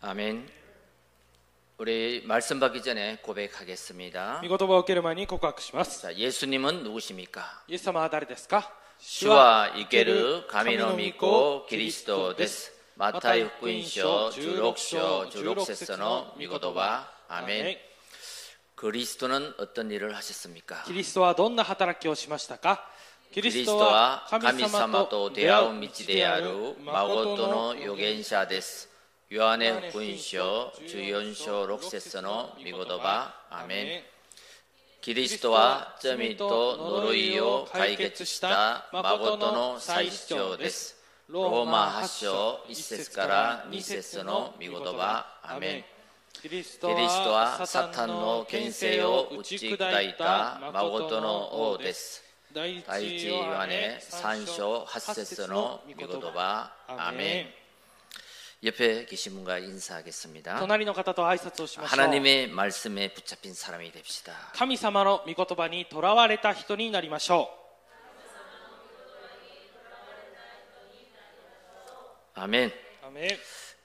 아멘. 우리 말씀 받기 전에 고백하겠습니다. 御言葉を受ける前に告白します。 자, 예수님은 누구십니까? イエス様は誰ですか 주와 이케르 가미노 믿고 그리스도 데스 마타이 후쿠인쇼 주록쇼 주록세서노 미고도바 아멘. 。 그리스도는 어떤 일을 하셨습니까? キリストはどんな働きをしましたかキキリストは神様と出会う道である誠の預言者です。ヨハネ福音書14章6節の御言葉アメン。キリストは罪と呪いを解決した誠の最主張です。ローマ8章1節から2節の御言葉アメン。キリスキトリストははササタタンンのの権権勢勢をを打打ちち砕砕いいたた誠誠のの王王でですす。第第一一ヨヨハハネネ3 3章章8 8節節のの御御言言葉葉アアメメンン 옆에 계신 분과 인사하겠습니다. 隣の方と挨拶をしましょう 하나님의 말씀에 붙잡힌 사람이 됩시다. 神様の御言葉にとらわれた人になりましょ 아멘. うアメン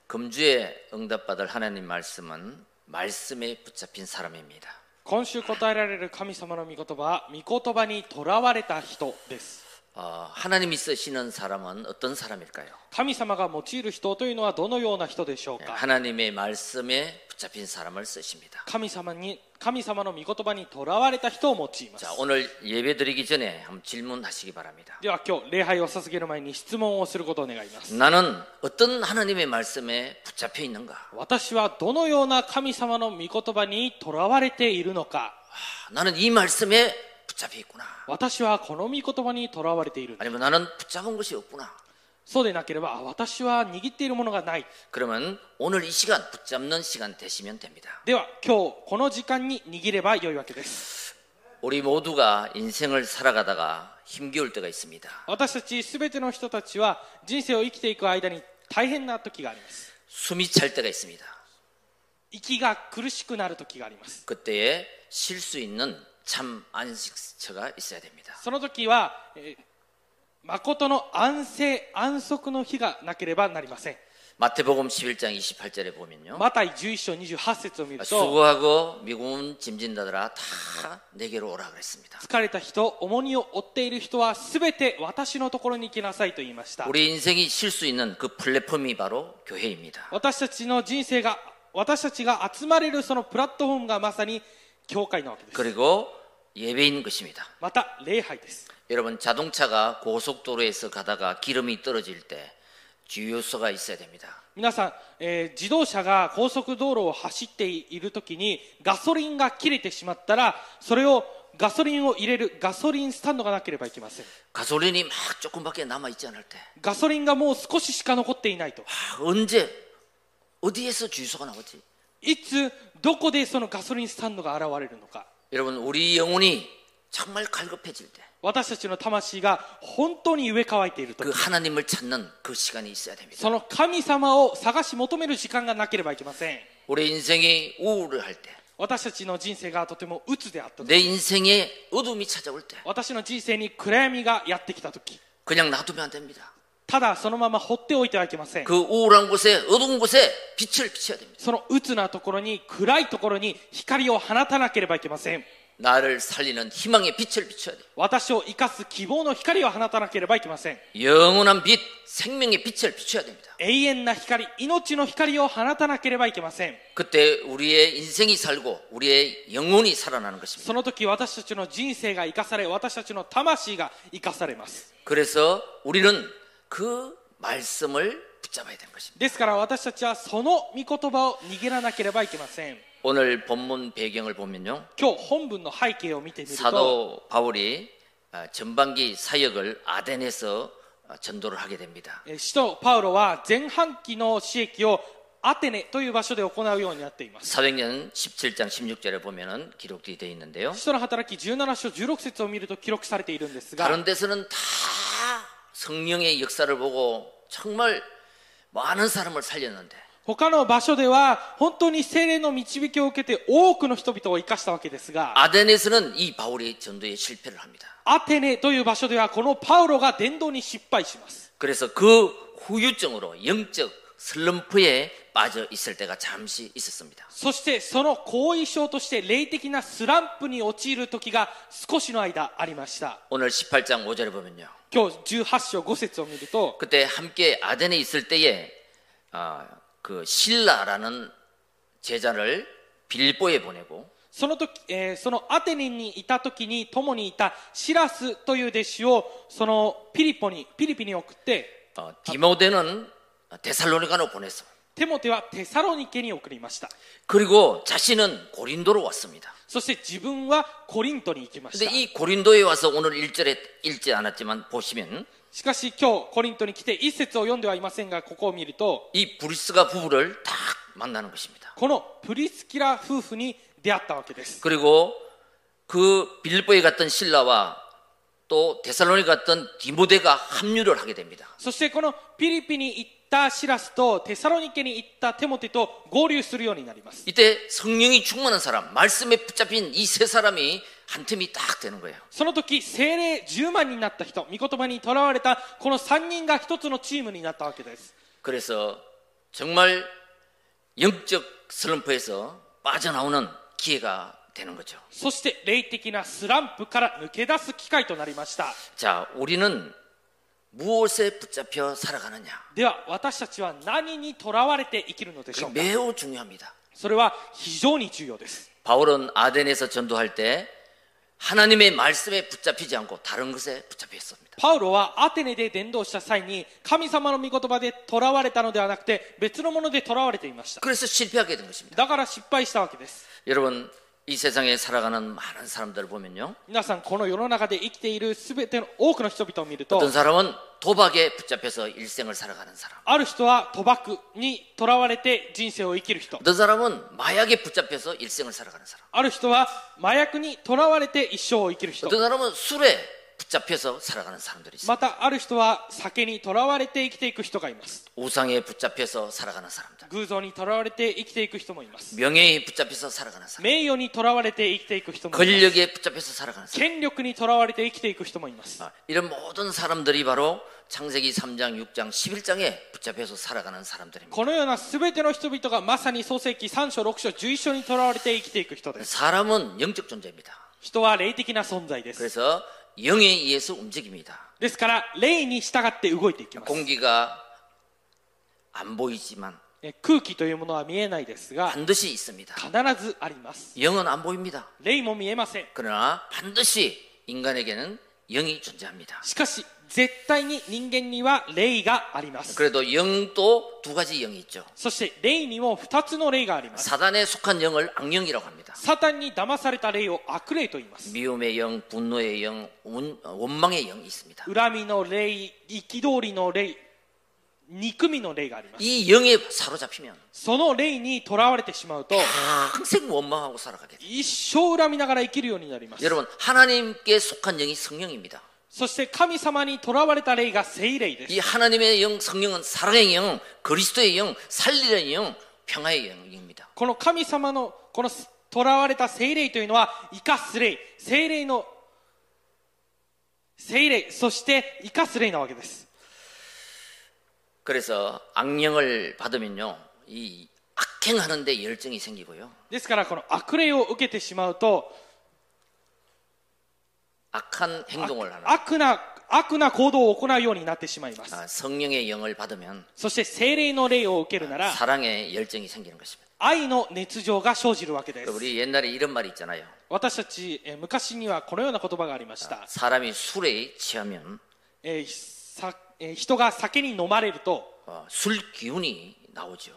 금주에 응답받을 하나님 말씀은 말씀에 붙잡힌 사람입니다. 今週答えられる神様の御言葉は御言葉にとらわれた人です 어, 하나님이 쓰시는 사람은 어떤 사람일까요? 神様が用いる人というのはどのような人でしょう 예, か 하나님의 말씀에 붙잡힌 사람을 쓰십니다. 神様に神様の御言葉にとらわれた人を用います 자, 오늘 예배드리기 전에 한번 질문하시기 바랍니다. では今日礼拝を捧げる前に質問をすることを願います 나는 어떤 하나님의 말씀에 붙잡혀 있는가? 私はどのような神様の御言葉にとらわれているのか 아, 나는 이 말씀에 붙잡혀 있구나. 私はこの御言葉にとらわれている 아니면 나는 붙잡은 것이 없구나. そうでなければあ私は握っているものがない 그러면 오늘 이 시간 붙잡는 시간 되시면 됩니다. では今日この時間に握れば良いわけです 우리 모두가 인생을 살아가다가 힘겨울 때가 있습니다. 私たち全ての人たちは人生を生きていく間に大変な時があります 숨이 찰 때가 있습니다. 息が苦しくなる時があります 그때에 쉴 수 있는 참 안식처가 있어야 됩니다. その時は、えー誠の安静安息の日がなければなりません 마태복음 11장 28절에 보면요. マタイ11章28節を見ると 수고하고 미궁은 짐진다더라 다 내게로 오라 그랬습니다. 疲れた人重荷を負っている人は全て私のところに来なさいと言いました 우리 인생이 쉴 수 있는 그 플랫폼이 바로 교회입니다. 私たちの人生が私たちが集まれるそのプラットフォームがまさに教会なわけです 그리고 예배인 것입니다. また礼拝です 여러분 자동차가 고속도로에서 가다가 기름이 떨어질 때 주유소가 있어야 됩니다. 皆さん、えー自動車が高速道路を走っている時にガソリンが切れてしまったらそれをガソリンを入れるガソリンスタンドがなければいけません 가솔린이 막 조금밖에 남아 있지 않을 때 ガソリンがもう少ししか残っていないと 아, 언제 어디에서 주유소가 나오지? いつどこでそのガソリンスタンドが現れるのか 여러분 우리 영혼이 정말 갈급해질 때 그 私たちの魂が本当に植え替えていると 하나님을 찾는 그 시간이 있어야 됩니다. その神様を探し求める時間がなければいけません 우리 인생이 우울할 때 내 私たちの人生がとても鬱であった時 인생에 어둠이 찾아올 때 私の人生に暗闇がやってきた時 그냥 놔두면 안 됩니다. ただそのまま放っておいてはいけません 그 우울한 곳에 어두운 곳에 빛을 비춰야 됩니다. その鬱なところに暗いところに光を放たなければいけません 나를 살리는 희망의 빛을 비춰야 돼요. 私を生かす希望の光を放たなければいけません 영원한 빛, 생명의 빛을 비춰야 됩니다. 永遠な光命の光を放たなければいけません 그때 우리의 인생이 살고 우리의 영혼이 살아나는 것입니다. その時私たちの人生が生かされ私たちの魂が生かされます 그래서 우리는 그 말씀을 붙잡아야 되는 것입니다. ですから私たちはその御言葉を握らなければいけません 오늘 본문 배경을 보면요. 今日本文の背景を見てみると 사도 바울이 아, 전반기 사역을 아덴에서 아, 전도를 하게 됩니다. えー使徒パウロは前半期の私益をアテネという場所で行うようになっています 사도행전 17장 16절에 보면은 기록이 되어 있는데요. 使徒の働き17章16節を見ると記録されているんですが 다른 데서는 다 성령의 역사를 보고 정말 많은 사람을 살렸는데 他の場所では本当に精霊の導きを受けて多くの人々を生かしたわけですが 아덴에서는 이 바울이 전도에 실패를 합니다. アテネという場所ではこのパウロが伝道に失敗します 그래서 그 후유증으로 영적 슬럼프에 빠져 있을 때가 잠시 있었습니다. そしてその後遺症として霊的なスランプに陥る時が少しの間ありました。 오늘 18장 5절에 보면요. 今日18章5節を見ると 그때 함께 아덴에 있을 때에 아, 그 신라라는 제자를 빌보에 보내고 その時、えーそのアテネにいた時に共にいたシラスという弟子をそのピリポにピリピに送って 어, 디모데는 데살로니가로 보냈어. テモテはテサロニケに送りました 그리고 자신은 고린도로 왔습니다. そして自分はコリントに行きまし 근데 た 이 고린도에 와서 오늘 1절에 읽지 않았지만 보시면 しかし今日コリントに来て一節を読んではいませんがここを見ると 이 브리스가 부부를 딱 만나는 것입니다. このプリスキラ夫婦に出会ったわけです 그리고 그 빌보에 갔던 신라와 또 데살로니가 갔던 디모데가 합류를 하게 됩니다. そしてこのピリピに行ったシラスとテサロニケに行ったテモテと合流するようになります 이때 성령이 충만한 사람, 말씀에 붙잡힌 이 세 사람이 한 팀이 딱 되는 거예요. その時精霊10万になった人御言葉にとらわれたこの3人が一つのチームになったわけです 그래서 정말 영적 슬럼프에서 빠져나오는 기회가 되는 거죠. そして霊的なスランプから抜け出す機会となりました 자, 우리는 무엇에 붙잡혀 살아가느냐. では私たちは何にとらわれて生きるのでしょ 그게 うか 매우 중요합니다. それは非常に重要です 바울은 아덴에서 전도할 때 하나님의 말씀에 붙잡히지 않고 다른 것에 붙잡혀 있습니다. パウロはアテネで伝道した際に神様の御言葉でとらわれたのではなくて別のものでとらわれていました 그래서 실패하게 된 것입니다. だから失敗したわけです 여러분, 이 세상에 살아가는 많은 사람들을 보면요. 皆さんこの世の中で生きている全ての多くの人々を見ると 어떤 사람은 도박에 붙잡혀서 일생을 살아가는 사람. ある人は賭博にとらわれて人生を生きる人。 어떤 사람은 마약에 붙잡혀서 일생을 살아가는 사람. ある人は麻薬にとらわれて一生を生きる人。 어떤 사람은 술에 붙잡혀서 살아가는 사람들이 있어요. またある人は酒にとらわれて生きていく人がいます。 우상에 붙잡혀서 살아가는 사람들. 偶像にとらわれて生きていく人もいます。 명예에 붙잡혀서 살아가는 사람. 名誉にとらわれて生きていく人もいます。 권력에 붙잡혀서 살아가는 사람. 権力にとらわれて生きていく人もいます。 아, 이런 모든 사람들이 바로 창세기 3장, 6장, 11장에 붙잡혀서 살아가는 사람들입니다. このような全ての人々がまさに創世記3章6章11章にとらわれて生きていく人です。 사람은 영적 존재입니다. 人は霊的な存在です。 그래서 영에 의해서 움직입니다. ですから霊に従って動いていきます。 공기가 안 보이지만 え空気というものは見えないですが、 반드시 있습니다. 必ずあります。 영은 안 보입니다. 霊も見えません。 그러나 반드시 인간에게는 영이 존재합니다. しかし、絶対に人間には霊があります。 그래도 영도 두 가지 영이 있죠. そして、霊にも二つの霊があります。 사단에 속한 영을 악령이라고 합니다. サタンに騙された霊を悪霊と言います。 미움의 영, 분노의 영, 원, 어, 원망의 영이 있습니다. 恨みの霊、憤りの霊、憎みの霊があります。 이 영에 사로잡히면 その霊にとらわれてしまうと、 평생 원망하고 살아가게 돼요. 一生恨みながら生きるようになります。 여러분 하나님께 속한 영이 성령입니다. そして、神様にとらわれた霊が聖霊です。 이 하나님의 영, 성령은 사랑의 영, 그리스도의 영, 살리는 영, 평화의 영입니다. この神様の、このとらわれた聖霊というのは、生かす霊、聖霊の、聖霊、そして生かす霊なわけです。 그래서 악령을 받으면요, 이 악행하는데 열정이 생기고요, ですからこの悪霊を受けてしまうと 악한 행동을 하는 悪な悪な行動を行うようになってしまいます 아, 성령의 영을 받으면 そして精霊の霊を受けるなら 사랑의 열정이 생기는 것입니다. 愛の熱情が生じるわけで 그리고 す 우리 옛날에 이런 말이 있잖아요. 私たちえー昔にはこのような言葉がありました、 사람이 술에 취하면 えーさえー人が酒に飲まれると 어, 술 기운이 나오죠.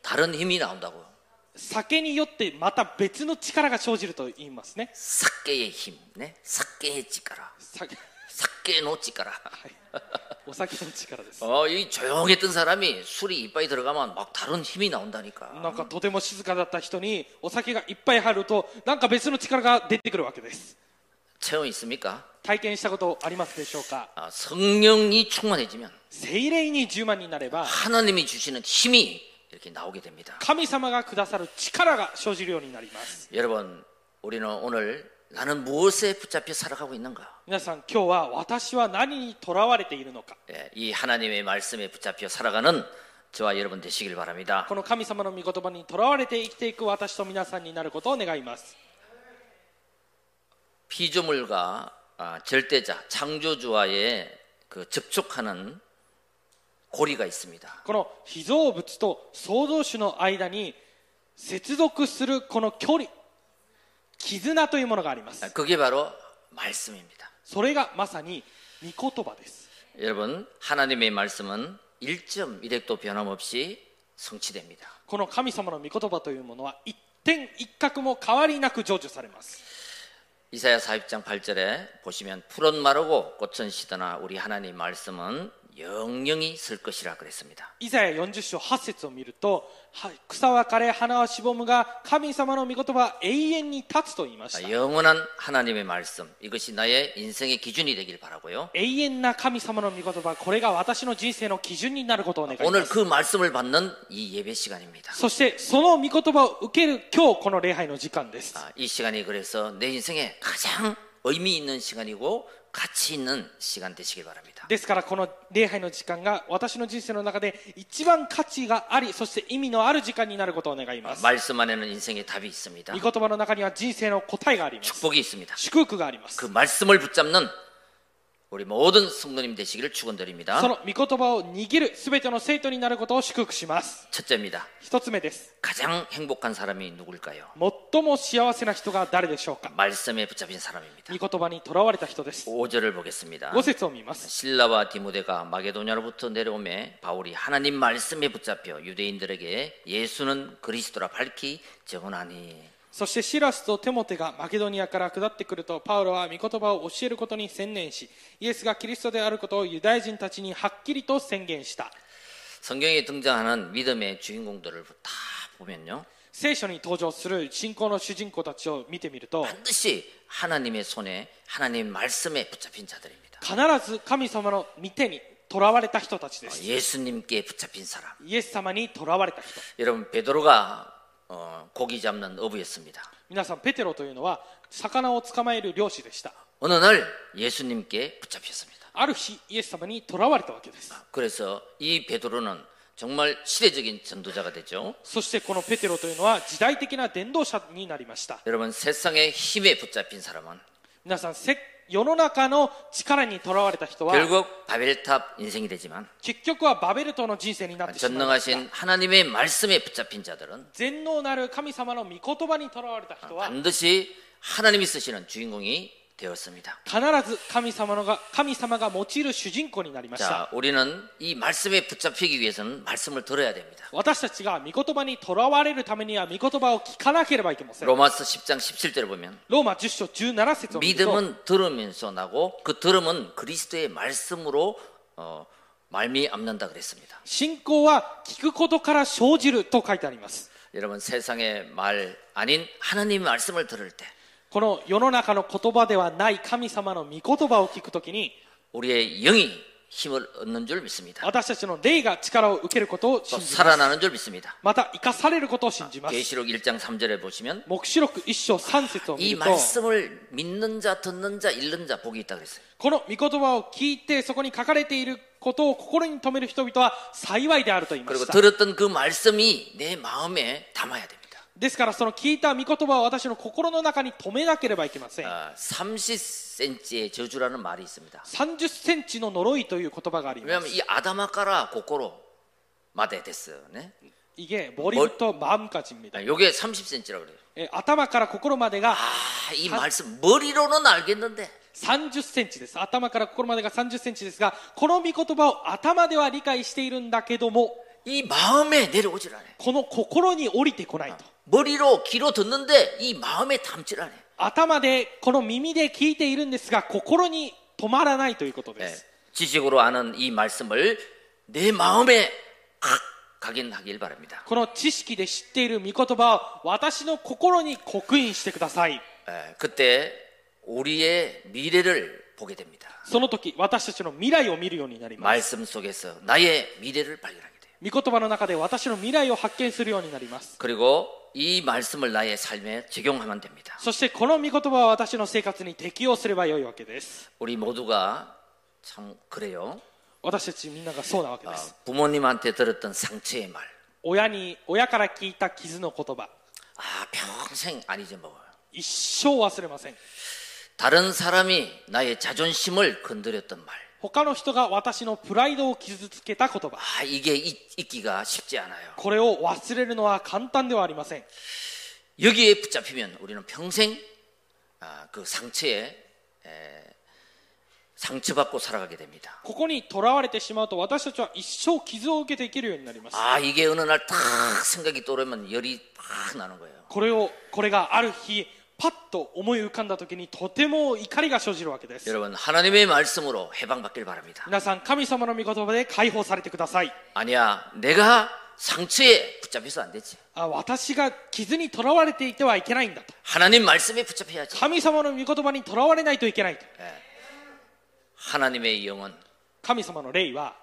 다른 힘이 나온다고요. 酒によってまた別の力が生じると言いますね 삭개의 힘, 네, 삭개의 찌까라, さ 삭개노 찌까라. お酒の力です 어, 이 조용했던 사람이 술이 이빨에 들어가면 막 다른 힘이 な 나온다니까. んかとても静かだった人にお酒がいっぱい入るとなんか別の力が出てくるわけです 체험 있습니까? 体験したことありますでしょうか 아, 성령이 충만해지면 精霊に10万になれば 하나님이 주시는 힘이 이렇게 나오게 됩니다. 神様がくださる力が生じるようになります 여러분, 우리는 오늘 나는 무엇에 붙잡혀 살아가고 있는가? 皆さん今日は私は何にとらわれているのか 예, 이 하나님의 말씀에 붙잡혀 살아가는 저와 여러분 되시길 바랍니다. この神様の御言葉にとらわれて生きていく私と皆さんになることを願います 피조물과 아, 절대자 창조주와의 그 접촉하는 고리가 있습니다. この被造物と創造主の間に接続するこの距離絆というものがあります 아, 그게 바로 말씀입니다. それがまさに御言葉です 여러분 하나님의 말씀은 1.1핵도 변함없이 성취됩니다. この神様の御言葉というものは一点一角も変わりなく成就されます 이사야 40장 8절에 보시면 푸른 마르고 꽃은 시드나 우리 하나님 말씀은 영영이 설 것이라 그랬습니다. イザヤ40章8節を見るとは草は枯れ花はしぼむが神様の御言葉は永遠に立つと言いました 영원한 하나님의 말씀 이것이 나의 인생의 기준이 되길 바라고요. 永遠な神様の御言葉これが私の人生の基準になることを願いま 오늘 す 그 말씀을 받는 이 예배 시간입니다. そしてその御言葉を受ける今日この礼拝の時間です 아, 이 시간이 그래서 내 인생에 가장 의미 있는 시간이고 가치 있는 시간 되시길 바랍니다. ですからこの礼拝の時間が私の人生の中で一番価値がありそして意味のある時間になることを願います 말씀 안에는 인생의 답이 있습니다. 御言葉の中には人生の答えがあります 축복이 있습니다. 祝福があります 그 말씀을 붙잡는 우리 모든 성도님 되시기를 축원드립니다. その御言葉を握る全ての生徒になることを祝福します 첫째입니다. 一つ目です 가장 행복한 사람이 누굴까요? 最も幸せな人が誰でしょうか 말씀에 붙잡힌 사람입니다. 御言葉にとらわれた人です 5절을 보겠습니다. 5節を見ます 신라와 디모데가 마게도냐로부터 내려오매 바울이 하나님 말씀에 붙잡혀 유대인들에게 예수는 그리스도라 밝히 증언하니 そしてシラスとテモテがマケドニアから下ってくるとパウロは御言葉を教えることに専念しイエスがキリストであることをユダヤ人たちにはっきりと宣言した 성경에 등장하는 믿음의 주인공들을 다 보면요 聖書に登場する信仰の主人公たちを見てみると 반드시 하나님의 손에 하나님의 말씀에 붙잡힌 자들입니다. 必ず神様の御手に囚われた人たちです 예수님께 붙잡힌 사람. イエス様に囚われた人 여러분 베드로가 어, 고기 잡는 어부였습니다. 皆さんペテロというのは魚を捕まえる漁師でした 어느 날 예수님께 붙잡혔습니다. ある日イエス様に囚われたわけです 그래서 이 베드로는 정말 시대적인 전도자가 되죠. そしてこのペテロというのは時代的な伝道者になりました 여러분 세상의 힘에 붙잡힌 사람은 皆さんせ世の中の力にとらわれた人は 결국 바벨탑 인생이 되지만 結局はバベルトの人生になってしまいました 전능하신 하나님의 말씀에 붙잡힌 자들은 全能なる神様の御言葉にとらわれた人は 반드시 하나님이 쓰시는 주인공이 되었습니다. 必ず神様のが神様が用いる主人公になりました 자, 우리는 이 말씀에 붙잡히기 위해서는 말씀을 들어야 됩니다. 私たちが御言葉にとらわれるためには御言葉を聞かなければいけませんロ 로마서 10장 17절을 보면 ーマ10章17節を見ると 믿음은 들으면서 나고 그 들음은 그리스도의 말씀으로 어, 말미암는다 그랬습니다. 信仰は聞くことから生じると書いてあります 여러분 세상의 말 아닌 하나님의 말씀을 들을 때 この世の中の言葉ではない神様の御言葉を聞くときに 우리의 영이 힘을 얻는 줄 믿습니다. 私たちの霊が力を受けることを 또 信じます 살아나는 줄 믿습니다. また生かされることを信じます 계시록 1장 3절에 보시면 黙示録一章三節を見 이 ると 말씀을 믿는 자, 듣는 자, 읽는 자 복이 있다 그랬어요. この御言葉を聞いてそこに書かれていることを心に留める人々は幸いであると言いま 그리고 した 들었던 그 말씀이 내 마음에 담아야 됩니다. ですからその聞いた御言葉を私の心の中に留めなければいけません 아, 30cm의 저주라는 말이 있습니다. 30センチの呪いという言葉があります 왜냐하면 이 아담아까라 고코로 마대 됐어요. 네? 아, 이게머리부터마음까지입니다 요게 30cm라고 그래요. 頭から心までが 아, 이 말씀 머리로는 알겠는데 30センチです頭から心までが30センチですがこの御言葉を頭では理解しているんだけども 이 마음에 내려오질 않아요. この心に降りてこないと 머리로 귀로 듣는데 이 마음에 담질 않아요. 頭でこの耳で聞いているんですが心に止まらないということで 예, す 지식으로 아는 이 말씀을 내 마음에 확 각인하길 바랍니다. この知識で知っている御言葉を私の心に刻印してください 예, 그때 우리의 미래를 보게 됩니다. その時私たちの未来を見るようになりま 말씀 속에서 나의 미래를 발견하게 돼요. す御言葉の中で私の未来を発見するようになります 그리고 이 말씀을 나의 삶에 적용하면 됩니다. そしてこの御言葉は私の生活に適用すればよいわけです 우리 모두가 참 그래요. 私たちみんながそうなわけ 아, です 부모님한테 들었던 상처의 말. 親に親から聞いた傷の言葉 아, 평생 안 잊어먹어요. 一生忘れません 다른 사람이 나의 자존심을 건드렸던 말. 他の人が私のプライドを傷つけた言葉 아, 이게 잊, 잊기가 쉽지 않아요. これを忘れるのは簡単ではありません 여기에 붙잡히면 우리는 평생 아, 그 상처에 에, 상처받고 살아가게 됩니다. ここにとらわれてしまうと私たちは一生傷を受けて生きるようになります 아, 이게 어느 날 딱 생각이 떠오르면 열이 팍 나는 거예요. これをこれがある日パッと思い浮かんだ時にとても怒りが生じるわけです 여러분, 하나님의 말씀으로 해방받길 바랍니다. 皆さん神様の御言葉で解放されてください 아니야, 내가 상처에 붙잡혀서 안 되지. あ私が傷にとらわれていてはいけないんだと 하나님 말씀에 붙잡혀야지. 神様の御言葉にとらわれないといけないと 하나님의 영은 神様の霊は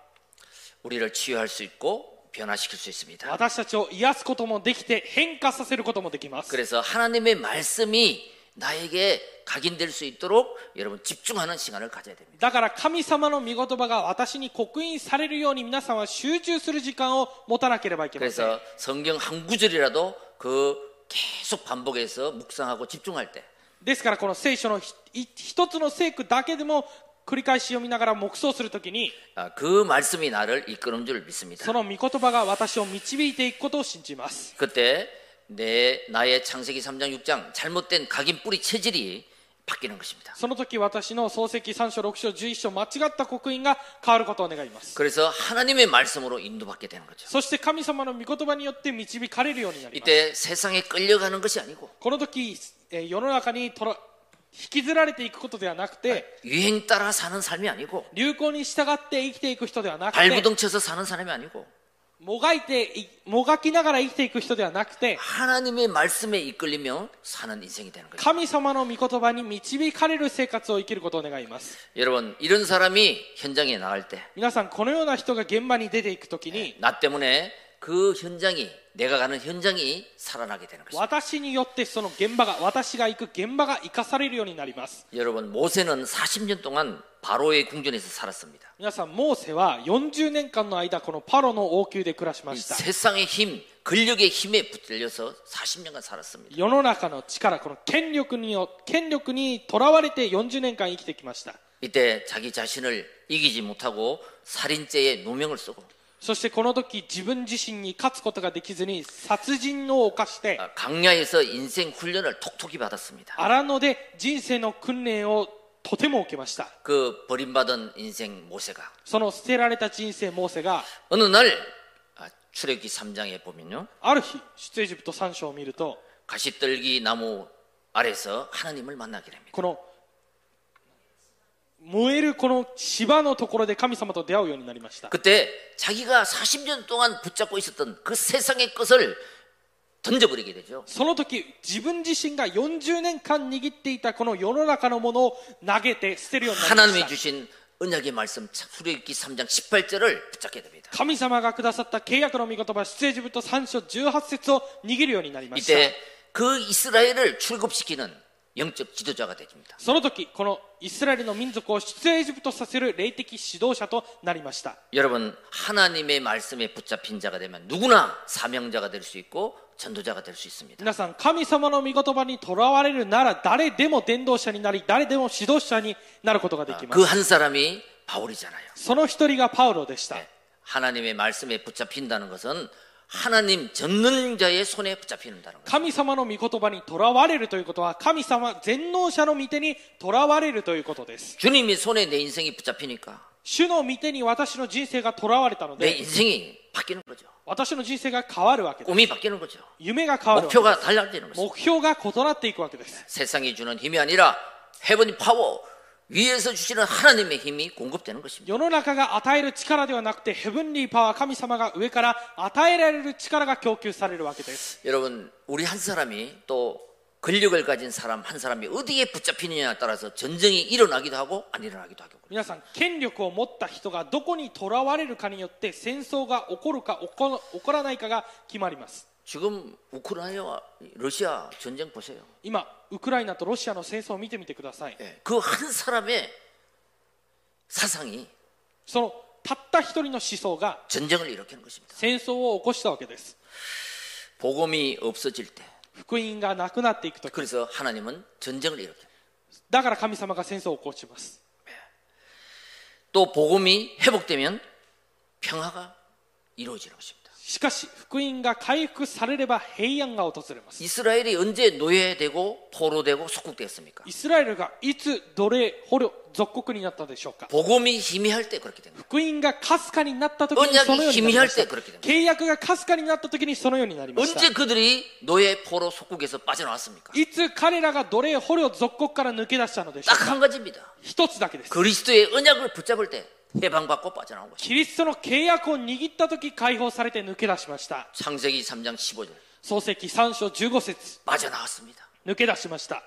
우리를 치유할 수 있고 변화시킬 수 있습니다. 私たちを癒すこともできて変化させることもできます 그래서 하나님의 말씀이 나에게 각인될 수 있도록 여러분 집중하는 시간을 가져야 됩니다. だから神様の御言葉が私に刻印されるように皆さんは集中する時間を持たなければいけません 그래서 성경 한 구절이라도 그 계속 반복해서 묵상하고 집중할 때 ですからこの聖書のひい一つの聖句だけでも繰り返し読みながら黙想するときに 아, 그 말씀이 나를 이끄는 줄 믿습니다. その御言葉が私を導いていくことを信じます 그때 내 나의 창세기 3장 6장 잘못된 각인 뿌리 체질이 바뀌는 것입니다. その時私の漱石3章6章11章間違った刻印が変わることを願います 그래서 하나님의 말씀으로 인도받게 되는 거죠. そして神様の御言葉によって導かれるようになります 이때 세상에 끌려가는 것이 아니고 この時えー世の中にとら引きずられていくことではなくて 유행 따라 사는 삶이 아니고 流行に従って生きていく人ではなくて 발부둥쳐서 사는 사람이 아니고 もがいていもがきながら生きていく人ではなくて 하나님의 말씀에 이끌리며 사는 인생이 되는 거죠. 神様の御言葉に導かれる生活を生きることを願います 여러분 이런 사람이 현장에 나갈 때 나 皆さんこのような人が現場に出ていく時に 때문에 그 현장이 내가 가는 현장이 살아나게 되는 것입니다. 私によってその現場が私が行く現場が生かされるようになります 여러분 모세는 40년 동안 바로의 궁전에서 살았습니다. 皆さんモーセは40年間の間このパロの王宮で暮らしま 이 した 세상의 힘, 근력의 힘에 붙들려서 40년간 살았습니다. 世の中の力この権力によ権力にとらわれて40年間生きてきました 이때 자기 자신을 이기지 못하고 살인죄의 누명을 쓰고 そしてこの時自分自身に勝つことができずに殺人を犯して 아, 강야에서 인생 훈련을 톡톡히 받았습니다. 荒野で人生の訓練をとても受けました 그 버림받은 인생 모세가 その捨てられた人生モーセが 어느 날 아, 출애기 3장에 보면요 ある日出エジプト3章を見ると 가시떨기 나무 아래서 하나님을 만나게 됩니다. この燃えるこの芝のところで神様と出会うようになりました 그때 자기가 40년 동안 붙잡고 있었던 그 세상의 것을 던져버리게 되죠. その時自分自身が40年間握っていたこの世の中のものを投げて捨てるようになり 하나님이 ました 주신 언약의 말씀 출애기 3장 18절을 붙잡게 됩니다. 神様がくださった契約の御言葉出エジプト3章18節を握るようになりました 이때 그 이스라엘을 출급시키는 영적 지도자가 됩니다. その時このイスラエルの民族を出エジプトさせる霊的指導者となりました 여러분 하나님의 말씀에 붙잡힌 자가 되면 누구나 사명자가 될 수 있고 전도자가 될 수 있습니다. 皆さん神様の御言葉にとらわれるなら誰でも伝道者になり誰でも指導者になることができま 그 す 한 사람이 바울이잖아요. その一人がパウロでした 네. 하나님의 말씀에 붙잡힌다는 것은 하나님 전능 자의 손에 붙잡힌다는 거예요. 神様の御言葉にとらわれるということは神様全能者の御手にとらわれるということです 주님이 손에 내 인생이 붙잡히니까 主の御手に私の人生がとらわれたの 내 で 인생이 바뀌는 거죠. 私の人生が変わるわけです 꿈이 네. 바뀌는 거죠. 夢が変わるわけで 그렇죠. す 목표가 달라지는 거죠. 目標が異なっていくわけです 세상이 주는 힘이 아니라 헤븐 파워 위에서 주시는 하나님의 힘이 공급되는 것입니다. 世の中が与える力ではなくてヘブンリーパワー神様が上から与えられる力が供給されるわけです 여러분 우리 한 사람이 또 근력을 가진 사람 한 사람이 어디에 붙잡히느냐에 따라서 전쟁이 일어나기도 하고 안 일어나기도 하고 皆さん権力を持った人がどこにとらわれるかによって戦争が起こるか起こ起こらないかが決まります 지금 우크라이나와 러시아 전쟁 보세요. 今ウクライナとロシアの戦争を見てみてください 그 한 사람의 사상이 そのたった一人の思想が 전쟁을 일으키는 것입니다. 戦争を起こしたわけです 복음이 없어질 때 福音がなくなっていくと 그래서 하나님은 전쟁을 일으켜. だから神様が戦争を起こします 또 복음이 회복되면 평화가 이루어지는 것입니다. しかし福音が回復されれば平安が訪れます 이스라엘이 언제 노예되고 포로되고 속국되었습니까? イスラエルがいつ奴隷捕虜属国になったでしょうか 복음이 희미할 때 그렇게 된 거예요. 福音がかすかになった時にそのようになりました契約がかすかになった時にそのようになりました 언제 그들이 노예 포로 속국에서 빠져나왔습니까? いつ彼らが奴隷捕虜属国から抜け出したのでしょう 딱 か 한 가지입니다. 一つだけです 그리스도의 언약을 붙잡을 때 해방받고 빠져나온 것입니다. キリストの契約を握った時解放されて抜け出しました 창세기 3장 15절 創世記3章15節 빠져나왔습니다. 抜け出しました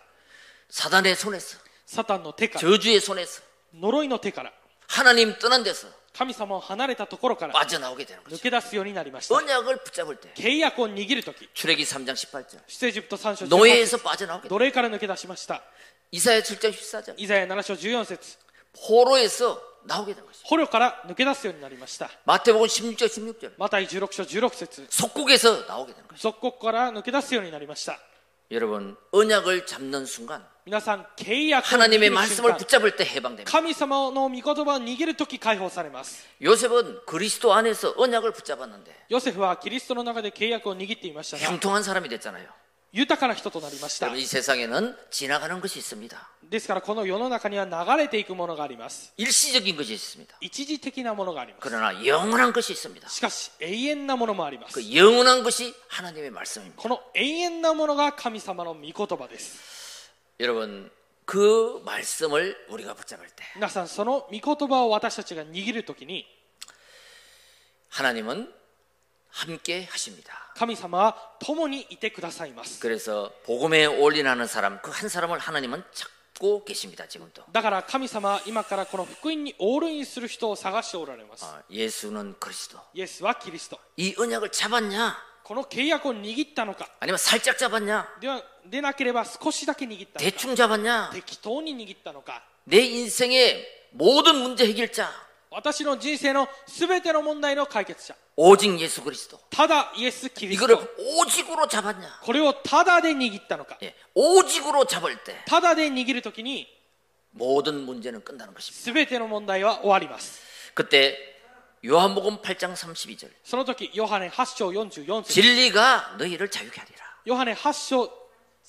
사단의 손에서 サタンの手から 저주의 손에서 呪いの手から 하나님 떠난 데서 神様を離れたところから 빠져나오게 되는 거죠. 抜け出すようになりました 언약을 붙잡을 때 契約を握る時 출애기 3장 18절 出エジプト3章15節 노예에서 빠져나오게 돼. 奴隷から抜け出しました 이사야 7장 14절 イザヤ7章14節 포로에서 나오게 된 것이죠. 捕虜から抜け出すようになりました 마태복음 16장 16절 マタイ16章16節 속국에서 나오게 된 것이죠. 属国から抜け出すようになりました 여러분 언약을 잡는 순간 皆さん契約を握 하나님의 る瞬 말씀을 間 붙잡을 때 해방됩니다. 神様の御言葉を握る時解放されます 요셉은 그리스도 안에서 언약을 붙잡았는데 ヨセフはキリストの中で契約を握っていましたが 형통한 사람이 됐잖아요. 豊かな人となりました 여러분 이 세상에는 지나가는 것이 있습니다. ですからこの世の中には流れていくものがあります 일시적인 것이 있습니다. 一時的なものがあります 그러나 영원한 것이 있습니다. しかし永遠なものもあります 그 영원한 것이 하나님의 말씀입니다. この永遠なものが神様の御言葉です 여러분 그 말씀을 우리가 붙잡을 때 皆さんその御言葉を私たちが握る時に 하나님은 함께 하십니다. 神様は共にいてくださいます 그래서 복음에 올인하는 사람 그 한 사람을 하나님은 찾고 계십니다. 지금도 だから神様は今からこの福音にオールインする人を探しておられます 아, 예수는 그리스도. イエスはキリスト 이 언약을 잡았냐? この契約を握ったのか 아니면 살짝 잡았냐? ではでなければ少しだけ握ったのか 대충 잡았냐? 適当に握ったのか 내 인생의 모든 문제 해결자 私の人生の全ての問題の解決者 오직 예수 그리스도. ただイエス・キリス 이거를 ト 오직으로 잡았냐? これをただで握ったのか 예, 오직으로 잡을 때 ただで握るときに 모든 문제는 끝나는 것입니다. 全ての問題は終わります 그때 요한복음 8장 32절 その時ヨハネ8章44節 진리가 너희를 자유케 하리라. ヨハネ8章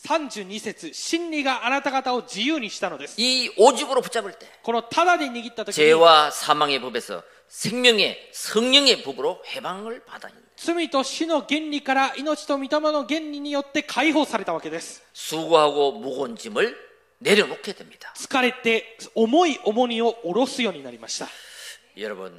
32節真理があなた方を自由にしたのです 이 오직으로 붙잡을 때 このただで握った時に 죄와 사망의 법에서 생명의 성령의 법으로 해방을 받아니 罪と死の原理から命と御霊の原理によって解放されたわけです 수고하고 무거운 짐을 내려놓게 됩니다. 疲れて重い重荷を下ろすようになりました 여러분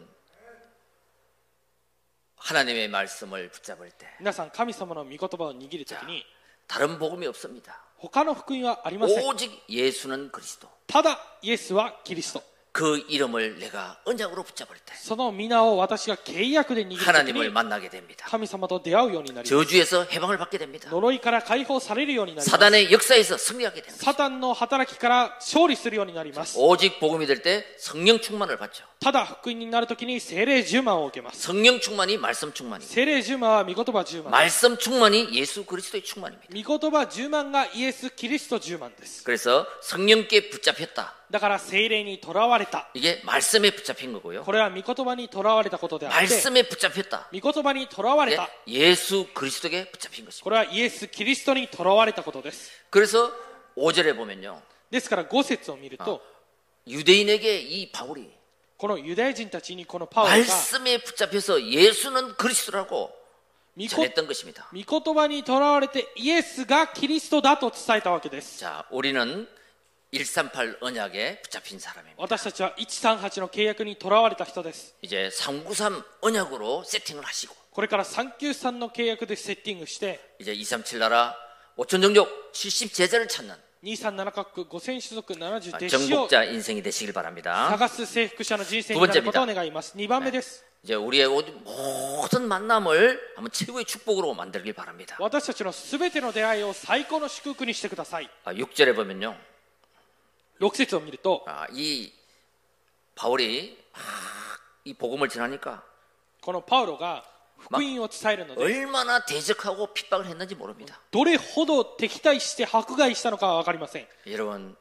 하나님의 말씀을 붙잡을 때 皆さん神様の御言葉を握る時に 다른 복음이 없습니다. 他の福音はありません 오직 예수는 그리스도. ただイエスはキリスト 그 이름을 내가 언약으로 붙잡을 때 その皆を私が契約で握る時 하나님을 に 만나게 됩니다. 神様と出会うようになり 저주에서 해방을 받게 됩니다. 呪いから解放されるようになります 사단의 역사에서 승리하게 됩니다. サタンの働きから勝利するようになります 오직 복음이 될 때 성령 충만을 받죠. ただ福音になる時に精霊10万を受けます 성령 충만이 말씀 충만입니다. 精霊10万は御言葉10万 말씀 충만이 예수 그리스도의 충만입니다. 御言葉10万がイエス・キリスト10万です 그래서 성령께 붙잡혔다. だから精霊にとらわれた 이게 말씀에 붙잡힌 거고요. これは御言葉にとらわれたことであって 말씀에 붙잡혔다. 御言葉にとらわれ 이게 た 예수 그리스도에게 붙잡힌 것입니다. これはイエス・キリストにとらわれたことです 그래서 5절에 보면요. ですから5節を見ると 유대인에게 이 바울이 このユダヤ人たちにこのパウロが 말씀에 붙잡혀서 예수는 그리스도라고 御こ 전했던 것입니다. 御言葉にとらわれてイエスがキリストだと伝えたわけです 자, 우리는 138 언약에 붙잡힌 사람입니다. 私たちは138の契約にとらわれた人です 이제 393 언약으로 세팅을 하시고 これから393の契約でセッティングして 이제 237 나라 5천 종족 70 제자를 찾는 237カ国5000種族70 아, 弟子を 정복자 인생이 되시길 바랍니다. 探す征服者の人生になることを願います2番目です 이제 우리의 모든 만남을 한번 최고의 축복으로 만들길 바랍니다. 私たちのすべての出会いを最高の祝福にしてください 아, 6절에 보면요. 6節を見ると 아, 이 바울이 막 이 복음을 전하니까 このパウロが福音を伝えるので 얼마나 대적하고 핍박을 했는지 모릅니다. どれほど敵対して迫害したのかは分かりません 여러분,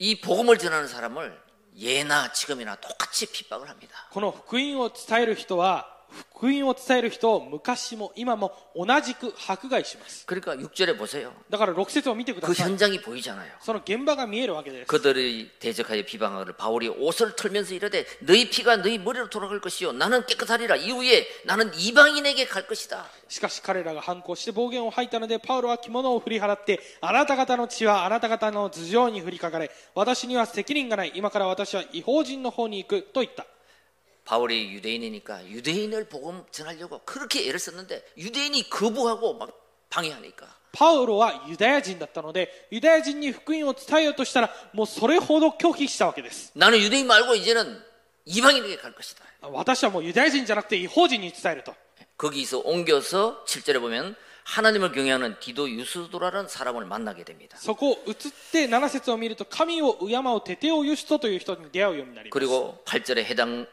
이 복음을 전하는 사람을 예나 지금이나 똑같이 핍박을 합니다. この福音を伝える人は福音を伝える人を昔も今も同じく迫害します 그러니까 6절에 보세요. だから6節を見てくだ 그 さい 현장이 보이잖아요. その現場が見えるわけです 그들이 대적하여 비방하기를 바울이 옷을 털면서 이르되 너희 피가 너희 머리로 돌아갈 것이요 나는 깨끗하리라 이후에 나는 이방인에게 갈 것이다. しかし彼らが反抗して暴言を吐いたのでパウロは着物を振り払ってあなた方の血はあなた方の頭上に降りかかれ私には責任がない今から私は違法人の方に行くと言った 바울이 유대인이니까 유대인을 복음 전하려고 그렇게 애를 썼는데 유대인이 거부하고 막 방해하니까 パウロはユダヤ人だったのでユダヤ人に福音を伝えようとしたらもうそれほど拒否したわけです 나는 유대인 말고 이제는 이방인에게 갈 것이다. 私はもうユダヤ人じゃなくて違法人に伝えると 거기서 옮겨서 7절에 보면 하나님을 경외하는 디도 유스도라는 사람을 만나게 됩니다. そこを移って7節を見ると神を敬うテテオユストという人に出会うようになります 그리고 8절에 해당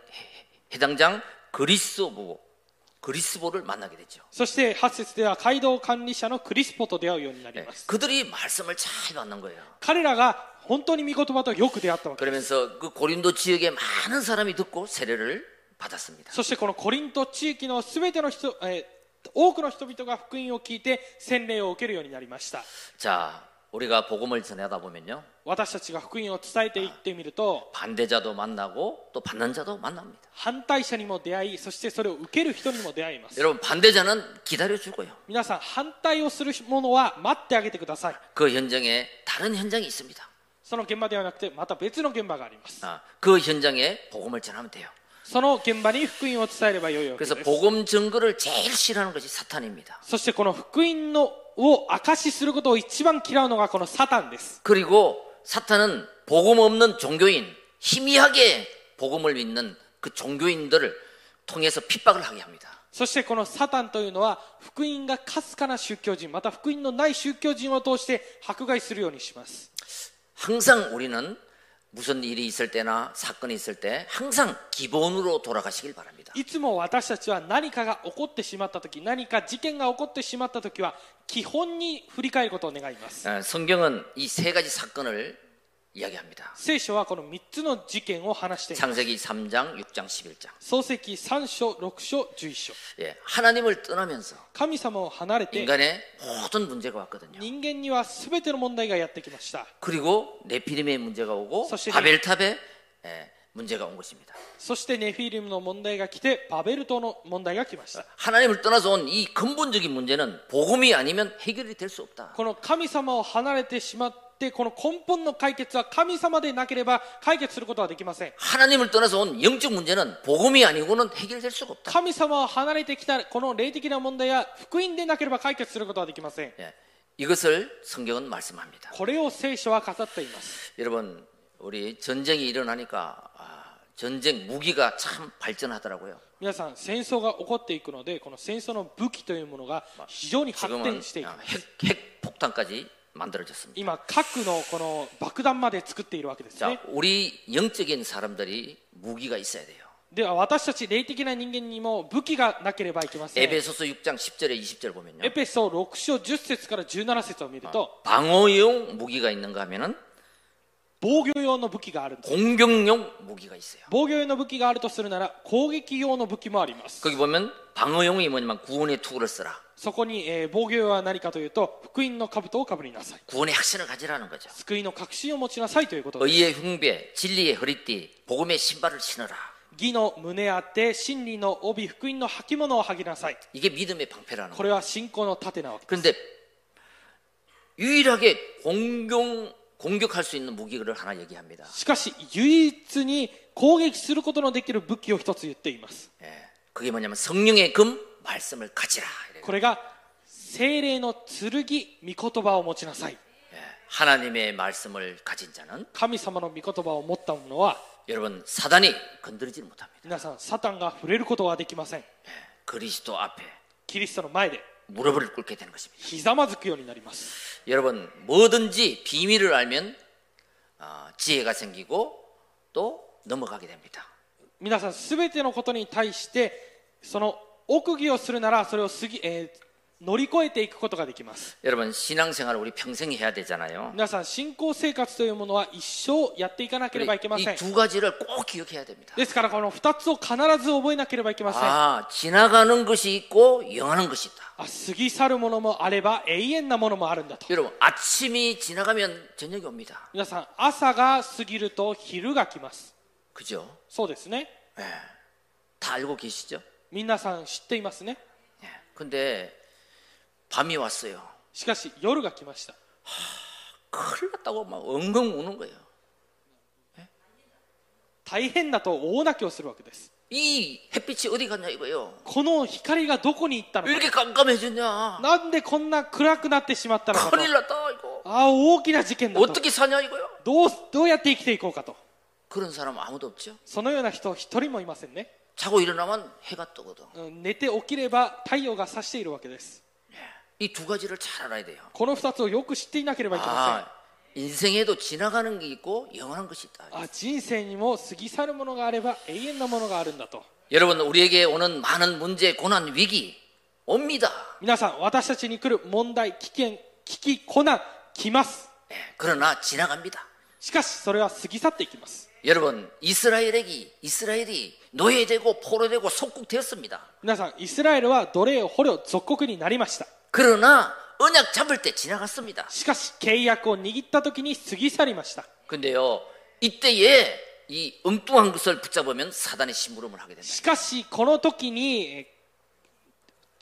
해당장 그리스보 그리스보를 만나게 되죠. そして8節では街道管理者のクリスポと出会うようになり 예, ます 그들이 말씀을 잘 받는 거예요. 彼らが本当に御言葉とよく出会ったわけ 그러면서 그 고린도 지역에 많은 사람이 듣고 세례를 받았습니다. そしてこのコリント地域のすべての人、えー多くの人々が福音を聞いて洗礼を受けるようになりました 자, 우리가 복음을 전하다 보면요. 私たちが福音を伝えていってみると 반대자도 만나고 또 받는 자도 만납니다. 反対者にも出会いそしてそれを受ける人にも出会います 여러분, 반대자는 기다려 주고요. 皆さん反対をする者は待ってあげてください 그 현장에 다른 현장이 있습니다. その現場ではなくてまた別の現場があります 아, 그 현장에 복음을 전하면 돼요. その現場に福音を伝えればよいわけで 그래서 す 복음 증거를 제일 싫어하는 것이 사탄입니다. そしてこの福音のを証しすることを一番嫌うのがこのサタンです 그리고 사탄은 복음 없는 종교인, 희미하게 복음을 믿는 그 종교인들을 통해서 핍박을 하게 합니다. そしてこのサタンというのは福音がかすかな宗教人また福音のない宗教人を通して迫害するようにします 항상 우리는 무슨 일이 있을 때나 사건이 있을 때 항상 기본으로 돌아가시길 바랍니다. いつも私たちは何かが起こってしまった時何か事件が起こってしまった時は基本に振り返ることを願います 에, 아, 성경은 이 세 가지 사건을 이야기합니다. 聖書はこの3つの事件を話しています 창세기 3장, 6장, 11장. 創世記3章6章11章 예, 하나님을 떠나면서 神様を離れて 인간의 모든 문제가 왔거든요. 人間には全ての問題がやってきました 그리고 네피림의 문제가 오고 사실이- 바벨탑의 예, 문제가 온 것입니다. そしてネフィリムの問題が来てバベル島の問題が来ました 하나님을 떠나서 온 이 근본적인 문제는 복음이 아니면 해결이 될 수 없다. この神様を離れてしまってこの根本の解決は神様でなければ解決することはできません 하나님을 떠나서 온 영적 문제는 복음이 아니고는 해결될 수가 없다. 神様を離れてきたこの霊的な問題は福音でなければ解決することはできません 예, 이것을 성경은 말씀합니다. これを聖書は語っています 여러분, 우리 전쟁이 일어나니까 아, 전쟁 무기가 참 발전하더라고요. 皆さん戦争が起こっていくのでこの戦争の武器というものが非常に発 지금은 展していく 아, 핵, 핵 폭탄까지 만들어졌습니다. 今核のこの爆弾まで作っているわけですね 자, 우리 영적인 사람들이 무기가 있어야 돼요. では私たち霊的な人間にも武器がなければいけませんエ 에베소서 6장 10절에 20절 보면요. ペソ6章10節から17節を見ると 방어용 무기가 있는가 하면은 防御用の武器があるんです 공격용 무기가 있어요. 防御用の武器があるとするなら攻撃用の武器もあります 거기 보면 방어용이 뭐냐면 구원의 투구를 쓰라. そこに、えー防御用は何かというと福音の兜をかぶりなさい 구원의 확신을 가지라는 거죠. 救いの確信を持ちなさいということです 의의 흉배, 진리의 허리띠, 복음의 신발을 신어라. 義の胸当て真理の帯福音の履物を履きなさい 이게 믿음의 방패라는 거예요. これは信仰の盾なわけ 그런데 유일하게 공격, 공격할 수 있는 무기를 하나 얘기합니다. しかし唯一に攻撃することのできる武器を一つ言っています 예. 그게 뭐냐면 성령의 금 말씀을 가지라. 이래요. これが精霊の剣御言葉を持ちなさい 예. 하나님의 말씀을 가진 자는 神様の御言葉を持った者は 여러분 사단이 건드리지 못합니다. 皆さんサタンが触れることはできません 그리스도 앞에 キリストの前で 무릎을 꿇게 되는 것입니다. ひざまずくようになります 여러분 뭐든지 비밀을 알면 아, 지혜가 생기고 또 넘어가게 됩니다. 皆さん全てのことに対してその奥義をするならそれを過ぎ、えー乗り越えていくことができます 여러분 신앙생활을 우리 평생 해야 되잖아요. 皆さん信仰生活というものは一生やっていかなければいけません 이 두 가지를 꼭 기억해야 됩니다. ですからこの2つを必ず覚えなければいけませんあ 아 지나가는 것이 있고 영하는 것이 있다. 過ぎ去るものもあれば永遠なものもあるんだと 여러분 아침이 지나가면 저녁이 옵니다. 皆さん朝が過ぎると昼が来ます 그죠? そうですね 다 알고 계시죠? 皆さん知っていますね 예. 근데 밤이 왔어요. しかし夜が来ました 큰일 났다고 막 엉엉 우는 거예요. 大変だと大泣きをするわけです 이 햇빛이 어디 갔냐 이거예요. この光がどこに行ったの 왜 か 이렇게 깜깜해졌냐? なんでこんな暗くなってしまったのかと 큰일 났다 이거. ああ大きな事件だと 어떻게 사냐 이거요? どうどうやって生きていこうかと 그런 사람 아무도 없죠. そのような人一人もいませんね 자고 일어나면 해가 뜨거든. うん寝て起きれば太陽が差しているわけです 이 두 가지를 잘 알아야 돼요. この2つをよく知っていなければいけま 아 인생에도 지나가는 게 있고 영원한 것이 있다. せんあ人生にも過ぎ去るものがあれば永遠なものがあるんだと 여러분 우리에게 오는 많은 문제, 고난, 위기 옵니다. 皆さん私たちに来る問題危険危機困難来ます 예, 그러나 지나갑니다. しかしそれは過ぎ去っていきます 여러분 이스라엘에게 이스라엘이 노예되고 포로되고 속국되었습니다. 皆さんイスラエルは奴隷捕虜属国になりました 그러나 언약 잡을 때 지나갔습니다. しかし契約を握った時に過ぎ去りました 근데요 이때에 이 엉뚱한 것을 붙잡으면 사단의 심부름을 하게 된다. しかしこの時にえ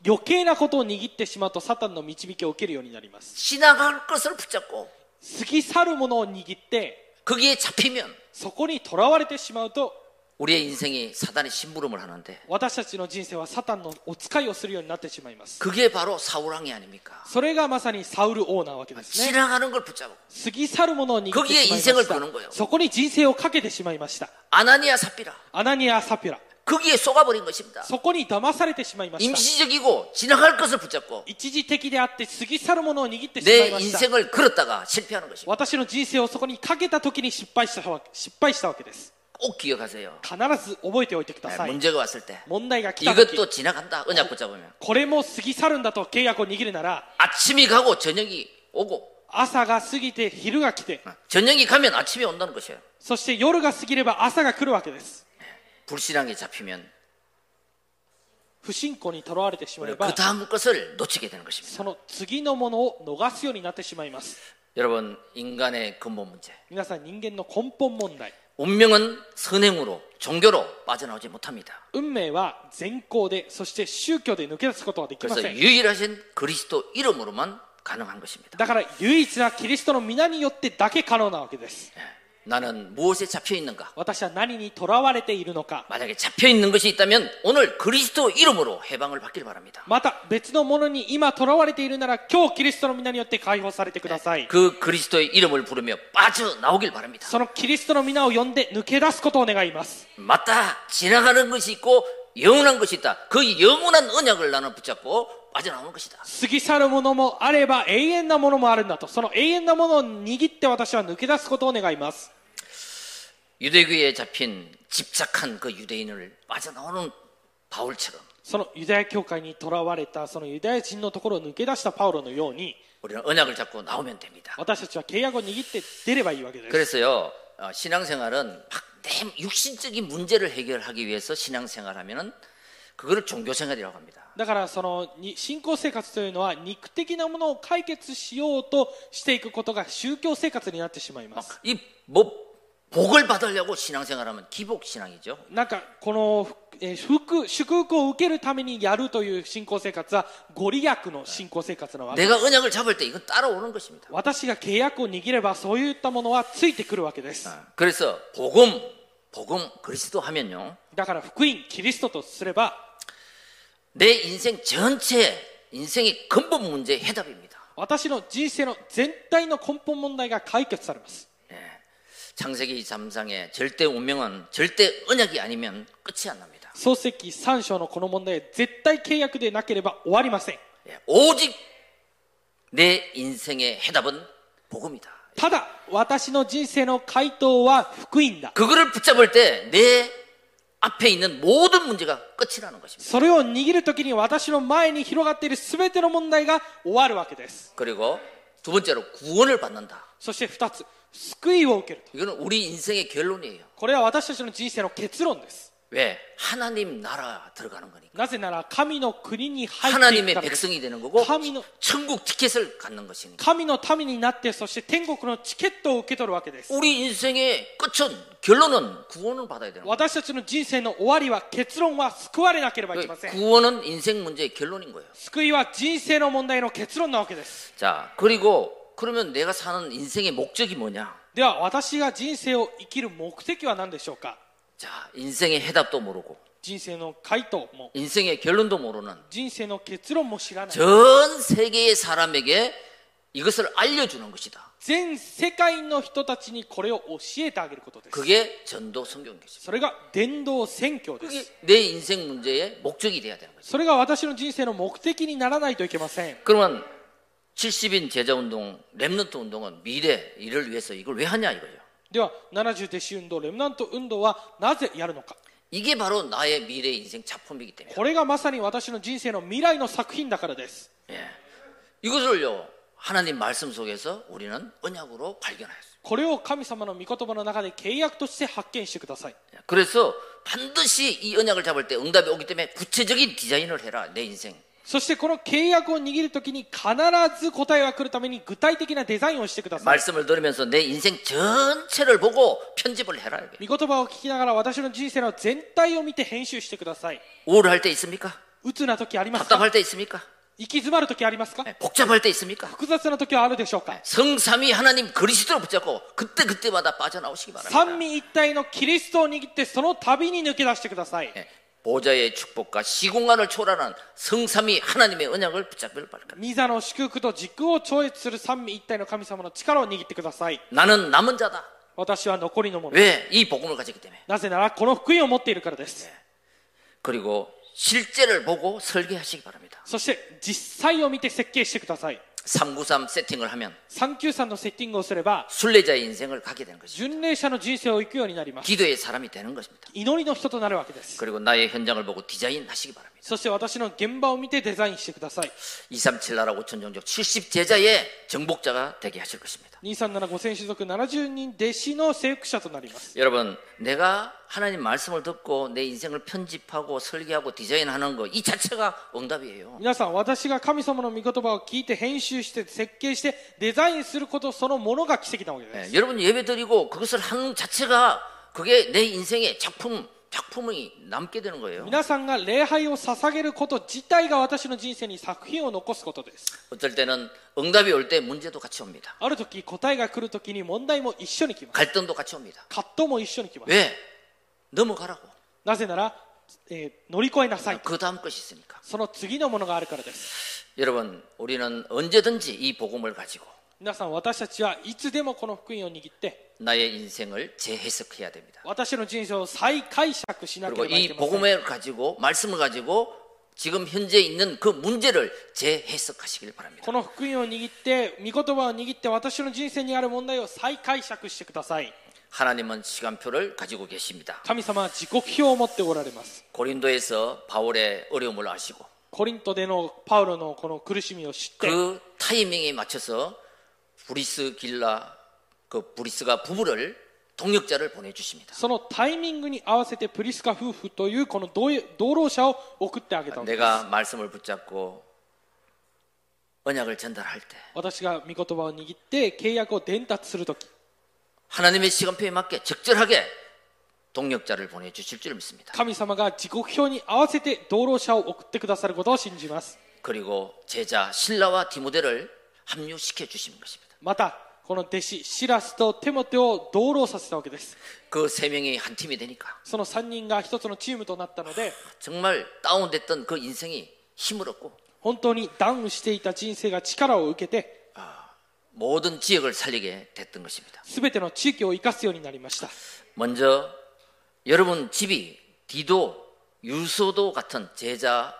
ー余計なことを握ってしまうとサタンの導きを受けるようになります 지나갈 것을 붙잡고 過ぎ去るものを握って 거기에 잡히면 そこにとらわれてしまうと 우리의 인생이 사단의 심부름을 하는데 私たちの人生はサタンのお使いをするようになってしまいます 그게 바로 사울왕이 아닙니까? それがまさにサウル王なわ 네. けですね 지나가는 걸 붙잡고 過ぎ去るものを握ってしまい 거기에인생을거는거예 まし 요 たそこに人生をかけてしまいました 아나니아 삽비라 アナニア・サピュラ 거기에 속아버린 것입니다. そこに騙されてしまいました 임시적이고 지나갈 것을 붙잡고 一時的であって過ぎ去るものを握ってしま 내 いました 인생을 걸었다가 실패하는 것입니다. 私の人生をそこにかけた時に失敗したわけ失敗したわけです 꼭 기억하세요. 必ず覚えておいてくだ 네, さい 문제가 왔을 때 問題が来た時 이것도 지나간다. 언약 붙잡으면 これも過ぎ去るんだと契約を握るなら 아침이 가고 저녁이 오고 네, 朝が過ぎて昼が来て 저녁이 가면 아침이 온다는 것이에요. そして夜が過ぎれば朝が来るわけです 불신앙에 잡히면 不信仰にとらわれてしまえば 그 다음 것을 놓치게 되는 것입니다. その次のものを逃すようになってしまいます 여러분 인간의 근본 문제. 皆さん人間の根本問題 운명은 선행으로 종교로 빠져나오지 못합니다. 運命は善行でそして宗教で抜け出すことはできま 그래서 せん 유일하신 그리스도 이름으로만 가능한 것입니다. だから唯一なキリストの皆によってだけ可能なわけです 예. 나는 무엇에 잡혀 있는가? 私は何にとらわれているのか 만약에 잡혀 있는 것이 있다면 오늘 그리스도 이름으로 해방을 받길 바랍니다. また別のものに今とらわれているなら今日キリストの皆によって解放されてください 그 그리스도의 이름을 부르며 빠져나오길 바랍니다. そのキリストの皆を呼んで抜け出すことを願います 맞다. 지나가는 것이 있고 영원한 것이 있다. 그 영원한 언약을 나는 붙잡고 빠져나오는 것이다. 過ぎ去るものもあれば永遠なものもあるんだとその永遠なものを握って私は抜け出すことを願います 유대교에 잡힌 집착한 그 유대인을 빠져나오는 바울처럼 そのユダヤ教会にとらわれたそのユダヤ人のところを抜け出したパウロのように 우리는 언약을 잡고 나오면 됩니다. 私たちは契約を握って出ればいいわけです 그래서요 어, 신앙생활은 막내 육신적인 문제를 해결하기 위해서 신앙생활하면은 그거를 종교생활이라고 합니다. だからそのに信仰生活というのは肉的なものを解決しようとしていくことが宗教生活になってしまいます 이 뭐 복을 받으려고 신앙생활하면 기복 신앙이죠. なんかこの、えー福祝福を受けるためにやるという信仰生活はご利益の信仰生活なわけ 내가 언약을 잡을 때 이건 따라오는 것입니다. 私が契約を握ればそういったものはついてくるわけです 그래서 복음 복음 그리스도 하면요 だから福音キリストとすれば 내 인생 전체 인생의 근본 문제의 해답입니다. 私の人生の全体の根本問題が解決されます 창세기 3장의 절대 운명은 절대 언약이 아니면 끝이 안 납니다. 創世記3章のこの問題は絶対契約でなければ終わりません 예, 오직 내 인생의 해답은 복음이다. ただ私の人生の回答は福音だ 그거를 붙잡을 때 내 앞에 있는 모든 문제가 끝이라는 것입니다. それを握る時に私の前に広がっている全ての問題が終わるわけです 그리고 두 번째로 구원을 받는다. そして2つ救いを受けると 이거는 우리 인생의 결론이에요. これは私たちの人生の結論です 왜? 하나님 나라 들어가는 거니까. なぜなら神の国に入っていく 하나님의 ためです 백성이 되는 거고 하나님의- 천국 티켓을 갖는 것이니까. 神の民になってそして天国のチケットを受け取るわけです 우리 인생의 끝은 결론은 구원을 받아야 되는 거예요. 私たちの人生の終わりは結論は救われなければいけません 구원은 인생 문제의 결론인 거예요. 救いは人生の問題の結論なわけです 자, 그리고 그러면 내가 사는 인생의 목적이 뭐냐? では私が人生を生きる目的は何でしょうか 자, 인생의 해답도 모르고 人生の回答も 인생의 결론도 모르는 人生の結論も知らない 전 세계의 사람에게 이것을 알려주는 것이다. 全世界の人たちにこれを教えてあげることです 그게 전도 성경인 것이죠. それが伝道宣教です 그게 내 인생 문제의 목적이 돼야 되는 거죠. それが私の人生の目的にならないといけません 그러면 70인 제자 운동, 랩런트 운동은 미래 이를 위해서 이걸 왜 하냐 이거예요. では70弟子運動レムナント運動はなぜやるのか 이게 바로 나의 미래 인생 작품이기 때문에. これがまさに私の人生の未来の作品だからです 예. 이것을요 하나님 말씀 속에서 우리는 언약으로 발견하였어요. これを神様の御言葉の中で契約として発見してください 예. 그래서 반드시 이 언약을 잡을 때 응답이 오기 때문에 구체적인 디자인을 해라 내 인생. そしてこの契約を握るときに必ず答えが来るために具体的なデザインをしてください 말씀을 들으면서 내 인생 전체를 보고 편집을 해라. 이게. 御言葉を聞きながら私の人生の全体を見て編集してください 우울할 때 있습니까? 鬱な時ありますか 답답할 때 있습니까? 行き詰まる時ありますか 예. 복잡할 때 있습니까? 複雑な時はあるでしょうか 성삼위 하나님 그리스도를 붙잡고 그때 그때마다 빠져나오시기 바랍니다. 三位一体のキリストを握ってその度に抜け出してください 예. 보좌의 축복과 시공간을 초월하는 성삼위 하나님의 언약을 붙잡기를 바랍니다. ミザの祝福と時空を超越する三位一体の神様の力を握ってください 나는 남은 자다. 私は残りのもの 왜 이 복음을 가졌기 때문에. なぜならこの福音を持っているからです 그리고 실제를 보고 설계하시기 바랍니다. そして実際を見て設計してください393 세팅을 하면 393のセッティングをすれば 순례자의 인생을 가게 되는 것이죠. 巡礼者の人生を生くようになります 기도의 사람이 되는 것입니다. 祈りの人となるわけです 그리고 나의 현장을 보고 디자인하시기 바랍니다. そして私の現場を見てデザインしてください237 나라 5천 종족 70 제자의 정복자가 되게 하실 것입니다. 2375,000種族70人弟子の征服者となります 여러분, 내가 하나님 말씀을 듣고 내 인생을 편집하고 설계하고 디자인하는 거 이 자체가 응답이에요. 皆さん私が神様の御言葉を聞いて編集して設計してデザインすることそのものが奇跡なわけです 예, 여러분 예배 드리고 그것을 하는 자체가 그게 내 인생의 작품 작품이 남게 되는 거예요. 皆さんが礼拝を捧げること自体が私の人生に作品を残すことです 어쩔 때는 응답이 올 때 문제도 같이 옵니다. ある時答えが来る時に問題も一緒に来ます 갈등도 같이 옵니다. 葛藤も一緒に来ます 왜? 넘어가라고. なぜなら、えー乗り越えなさい 그 다음 것이 있으니까. その次のものがあるからです 여러분, 우리는 언제든지 이 복음을 가지고 皆さん私たちはいつでもこの福音を握って 나의 인생을 재해석해야 됩니다. 私の人生を再解釈しなけ 그리고 ればい 이 けません 복음을 가지고 말씀을 가지고 지금 현재 있는 그 문제를 재해석하시길 바랍니다. この福音を握って御言葉を握って私の人生にある問題を再解釈してください 하나님은 시간표를 가지고 계십니다. 神様は時刻表を持っておられます 고린도에서 바울의 어려움을 아시고 コリントでのパウロのこの苦しみを知って 그 타이밍에 맞춰서 브리스 길라 그 브리스가 부부를 동역자를 보내주십니다. そのタイミングに合わせてプリスカ夫婦というこの同同労者を送ってあげたのです 내가 말씀을 붙잡고 언약을 전달할 때 私が御言葉を握って契約を伝達するとき 하나님의 시간표에 맞게 적절하게 동역자를 보내주실 줄 믿습니다. 神様が時刻表に合わせて同労者を送ってくださることを信じます 그리고 제자 신라와 디모데를 합류시켜 주시는 것입니다. またこの弟子シラスとテモテを同労させたわけです 그 세 명이 한 팀이 되니까 その3人が一つのチームとなったので 정말 다운됐던 그 인생이 힘을 얻고 本当にダウンしていた人生が力を受けて 아, 모든 지역을 살리게 됐던 것입니다. すべての地域を生かすようになりました 먼저 여러분 집이 디도, 유소도 같은 제자가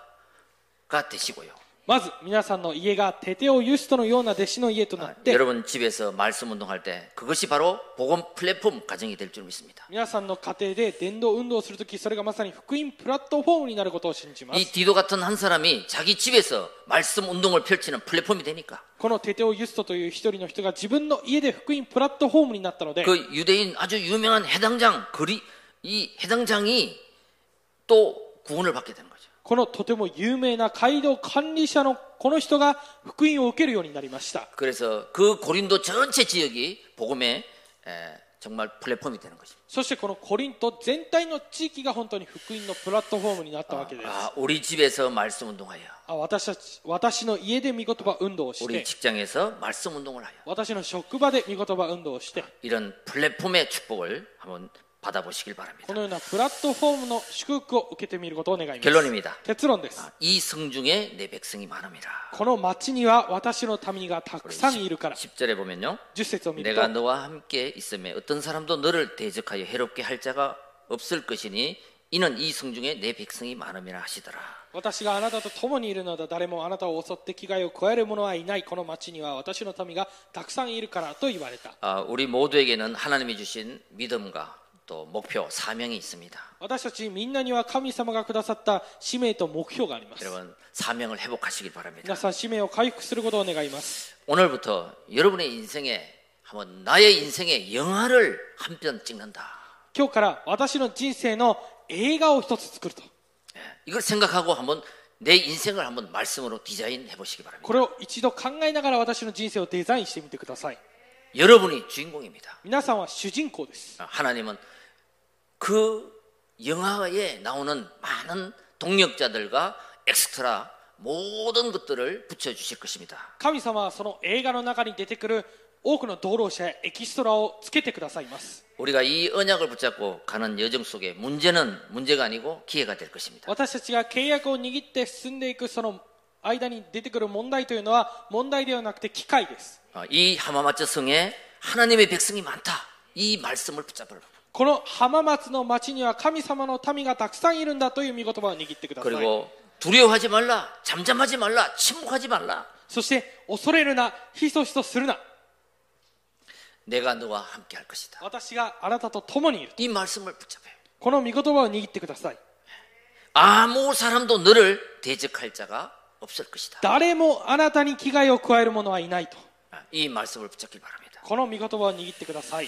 되시고요. まず皆さんの家がテテオ・ユストのような弟子の家となって 여러분 집에서 말씀 운동할 때 그것이 바로 복음 플랫폼 가정이 될 줄 믿습니다. 皆さんの家庭で伝道運動をするときそれがまさに福音プラットフォームになることを信じま 이 す 디도 같은 한 사람이 자기 집에서 말씀 운동을 펼치는 플랫폼이 되니까 このテテオ・ユストという一人の人が自分の家で福音プラットフォームになったので 그 유대인 아주 유명한 해당장 그리 이 해당장이 또 구원을 받게 되는 거죠. このとても有名な街道管理者のこの人が福音を受けるようになりました 그래서 그 고린도 전체 지역이 복음의 에, 정말 플랫폼이 되는 것입니다. そしてこのコリント全体の地域が本当に福音のプラットフォームになったわけです 아, 우리 집에서 말씀 운동하여 あ私たち私の家で御言葉運動をし 우리 て 직장에서 말씀 운동을 하여 私の職場で御言葉運動をして 이런 플랫폼의 축복을 한번 받아보시길 こ 바랍니다. のようなプラットフォームの祝福を受けてみることを願います 결론입니다. 結論です 이 성중에 내 백성이 많음이라. この町には私の民がたくさんいるから 10절에 보면요. 10節を見る 내가 と 너와 함께 있음에 어떤 사람도 너를 대적하여 해롭게 할 자가 없을 것이니 이는 이 성중에 내 백성이 많음이라 하시더라. 私があなたと共にいるのだ誰もあなたを襲って危害を加える者はいないこの町には私の民がたくさんいるからと言われた 아, 우리 모두에게는 하나님이 주신 믿음과 또 목표, 사명이 있습니다. 私たちみんなには神様がくださった使命と目標があります 여러분 사명을 회복하시길 바랍니다. 皆さん使命を回復することを願います 오늘부터 여러분의 인생에 한번 나의 인생에 영화를 한 편 찍는다. 今日から私の人生の映画を一つ作ると 예, 이걸 생각하고 한번 내 인생을 한번 말씀으로 디자인해 보시기 바랍니다. これを一度考えながら私の人生をデザインしてみてください 여러분이 주인공입니다. 皆さんは主人公です 아, 하나님은 그 영화에 나오는 많은 동력자들과 엑스트라 모든 것들을 붙여 주실 것입니다. 神様はその映画の中に出てくる多くの道路者やエキストラをつけてくださいます 우리가 이 언약을 붙잡고 가는 여정 속에 문제는 문제가 아니고 기회가 될 것입니다. 私たちが契約を握って進んでいくその間に出てくる問題というのは問題ではなくて機会です 어, 이 하마마처 성에 하나님의 백성이 많다. 이 말씀을 붙잡으라고. この浜松の町には神様の民がたくさんいるんだという見言葉を握ってください 그리고 두려워하지 말라. 잠잠하지 말라. 침묵하지 말라. そして恐れるなひそひそするな 내가 너와 함께 할 것이다. 私があなたと共にいる 이 말씀을 붙잡아요. この見言葉を握ってください 아무 사람도 너를 대적할 자가 없을 것이다. 誰もあなたに危害を加える者はいないと 이 말씀을 붙잡길 바랍니다. この見言葉を握ってください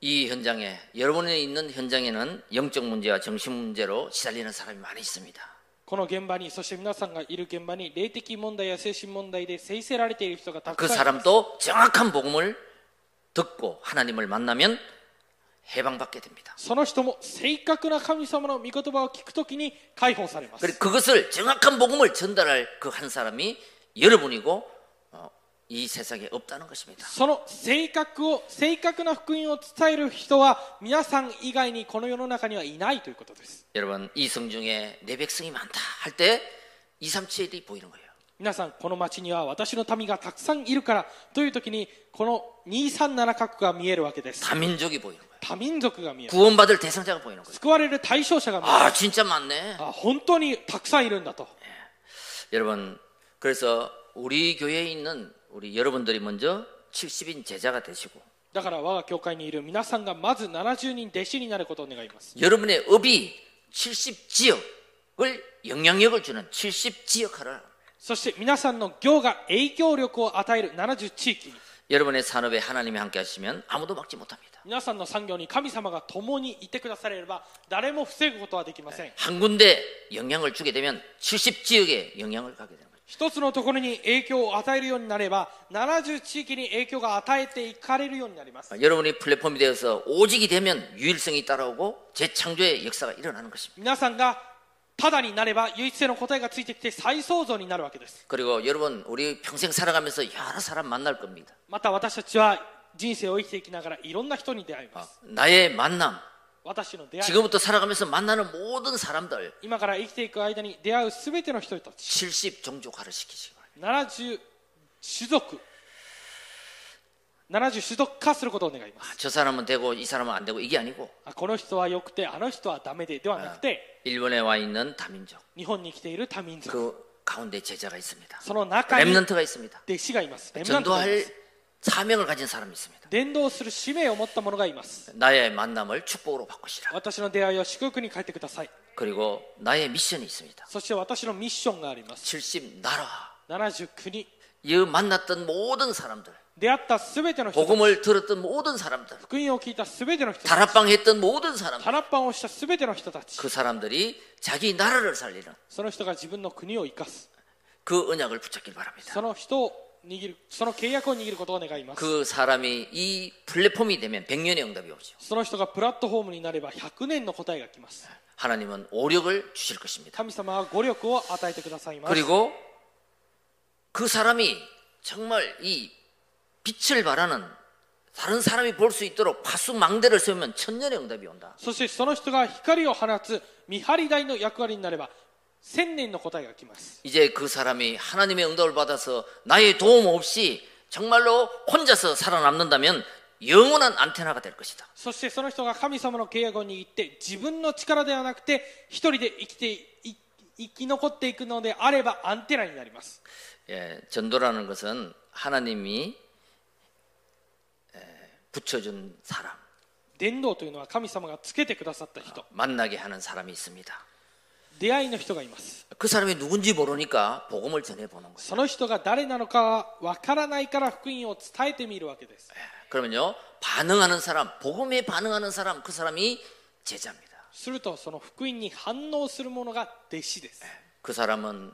이 현장에 여러분이 있는 현장에는 영적 문제와 정신 문제로 시달리는 사람이 많이 있습니다. この現場にそして皆さんがいる現場に霊的問題や精神問題で制せられている人がた 그 くさんいる 사람도 정확한 복음을 듣고 하나님을 만나면 해방받게 됩니다. その人も正確な神様の御言葉を聞くときに解放されます 그리고 그것을 정확한 복음을 전달할 그 한 사람이 여러분이고 어, 이 세상에 없다는 것입니다. その正確を正確な福音を伝える人は皆さん以外にこの世の中にはいないということです 여러분 이 성중에 내 백성이 많다 할 때 2, 3, 7이 보이는 거예요. 皆さんこの町には私の民がたくさんいるからというときにこの237カ国が見えるわけです 다민족이 보이는 거예요. 多民族が見える 구원받을 대상자가 보이는 거예요. 救われる対象者が見える 아 진짜 많네. あ本当にたくさんいるんだと 여러분 그래서 우리 교회에 있는 우리 여러분들이 먼저 70인 제자가 되시고 だから我が教会にいる皆さんがまず70人弟子になることを願います 여러분의 업이 70 지역을 영향력을 주는 70 지역화를 そして皆さんの行が影響力を与える70地域に 여러분의 산업에 하나님이 함께 하시면 아무도 막지 못합니다. 皆さんの産業に神様が共にいてくだされれば誰も防ぐことはできません 한 군데 영향을 주게 되면 70 지역에 영향을 가게 되는 거죠. 一つのところに影響を与えるようになれば70地域に影響が与えていかれるようになります 여러분이 플랫폼이 되어서 오직이 되면 유일성이 따라오고 재창조의 역사가 일어나는 것입니다. 皆さんがただになれば唯一性の答えがついてきて再創造になるわけです 그리고 여러분 우리 평생 살아가면서 여러 사람 만날 겁니다. また私たちは人生を生きていきながらいろんな人に出会います 나의 만남 私の出会い 지금부터 살아가면서 만나는 모든 사람들 今から生きていく間に出会う全ての人たち70 종족화를 시키시기 바랍니다. 70種族70種族化することを願います 아 저 사람은 되고 이 사람은 안 되고 이게 아니고 あこの人は良くてあの人はダメでではなくて 일본에 와 있는 다민족 日本に来ている多民族 그 가운데 제자가 있습니다. その中に弟 렘넌트가 있습니다. 子がいますレムナントがいます 전도할 사명을 가진 사람이 있습니다. 伝道する使命を持った者がいます 나의 만남을 축복으로 바꾸시라. 私の出会いを祝福に変えてください 그리고 나의 미션이 있습니다. そして私のミッションがあります70 나라. 70国 이 만났던 모든 사람들, 出会った全ての人たち 복음을 들었던 모든 사람들, 福音を聞いた全ての人たち 다락방 했던 모든 사람들, タラッパンをした全ての人たち 그 사람들이 자기 나라를 살리는 その人が自分の国を生かす 그 언약을 붙잡길 바랍니다. その人を握るその契約を握ることを願います 그 사람이 이 플랫폼이 되면 100년의 응답이 오죠. その人がプラットフォームになれば100年の答えが来ます 하나님은 오력을 주실 것입니다. 神様は語力を与えてくださいます 그리고 그 사람이 정말 이 빛을 바라는 다른 사람이 볼 수 있도록 파수망대를 세우면 천년의 응답이 온다. そしてその人が光を放つ見張り台の役割になれば千年の答えが来ます 이제 그 사람이 하나님의 응답을 받아서 나의 도움 없이 정말로 혼자서 살아남는다면 영원한 안테나가 될 것이다. そしてその人が神様の契約を握って自分の力ではなくて一人で生きてい生き残っていくのであればアンテナになります 예, 전도라는 것은 하나님이 예, 붙여준 사람, 伝道というのは神様がつけてくださった人 만나게 하는 사람이 있습니다. 出会いの人がいます 그 사람이 누군지 모르니까 복음을 전해보는 거예요. その人が誰なのかわからないから福音を伝えてみるわけです 그러면요 반응하는 사람 복음에 반응하는 사람 그 사람이 제자입니다 するとその福音に反応する者が弟子です 그 사람은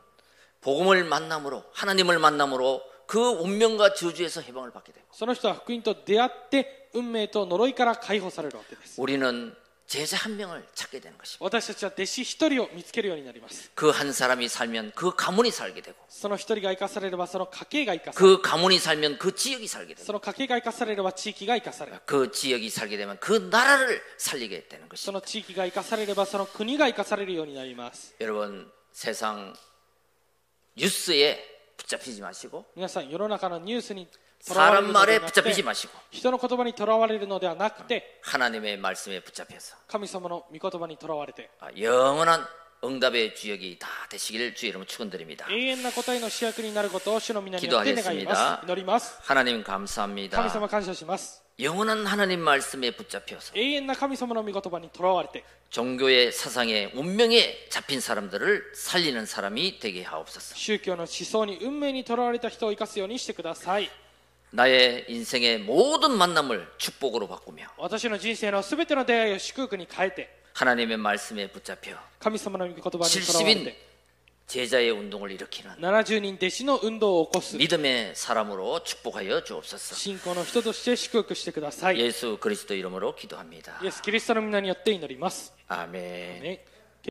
복음을 만남으로 하나님을 만남으로 그 운명과 저주에서 해방을 받게 되고 その人は福音と出会って運命と呪いから解放されるわけです 우리는 제자 한 명을 찾게 되는 것입니다 私たちは弟子一人を見つけるようになります 그 한 사람이 살면 그 가문이 살게 되고 その一人が生かされればその家計が生かされる 그 가문이 살면 그 지역이 살게 되고 その家計が生かされれば地域が生かされる 그 지역이 살게 되면 그 나라를 살리게 되는 そ 것입니다 の地域が生かされればその国が生かされるようになります 여러분 세상 뉴스에 붙잡히지 마시고 皆さん世の中のニュースにとらわれる 사람 の 말에 ではなく 붙잡히지 て 마시고 人の言葉にとらわれるのではなくて 하나님의 말씀에 붙잡혀서 神様の御言葉にとらわれて 아, 영원한 응답의 주역이 다 되시길 주의 이름으로 축원드립니다. 永遠な答えの主役になることを主の皆によって願いま 기도하겠습니다 す祈ります 하나님 神様 감사합니다. 感謝します 영원한 하나님 말씀에 붙잡혀서 永遠な神様の御言葉にとらわれて 종교의 사상에 운명에 잡힌 사람들을 살리는 사람이 되게 하옵소서. 宗教の思想に運命にとらわれた人を生かすようにしてください 나의 인생의 모든 만남을 축복으로 바꾸며 私の人生の全ての出会いを祝福に変えて 하나님의 말씀에 붙잡혀 神様の御言葉にとらわれ 70인 て 제자의 운동을 일으키는 70人弟子の運動を起こす 믿음의 사람으로 축복하여 주옵소서. 信仰の人として祝福してくださいイ 예수 그리스도 이름으로 기도합니다. エス・キリストの皆によって祈ります、 아멘. ね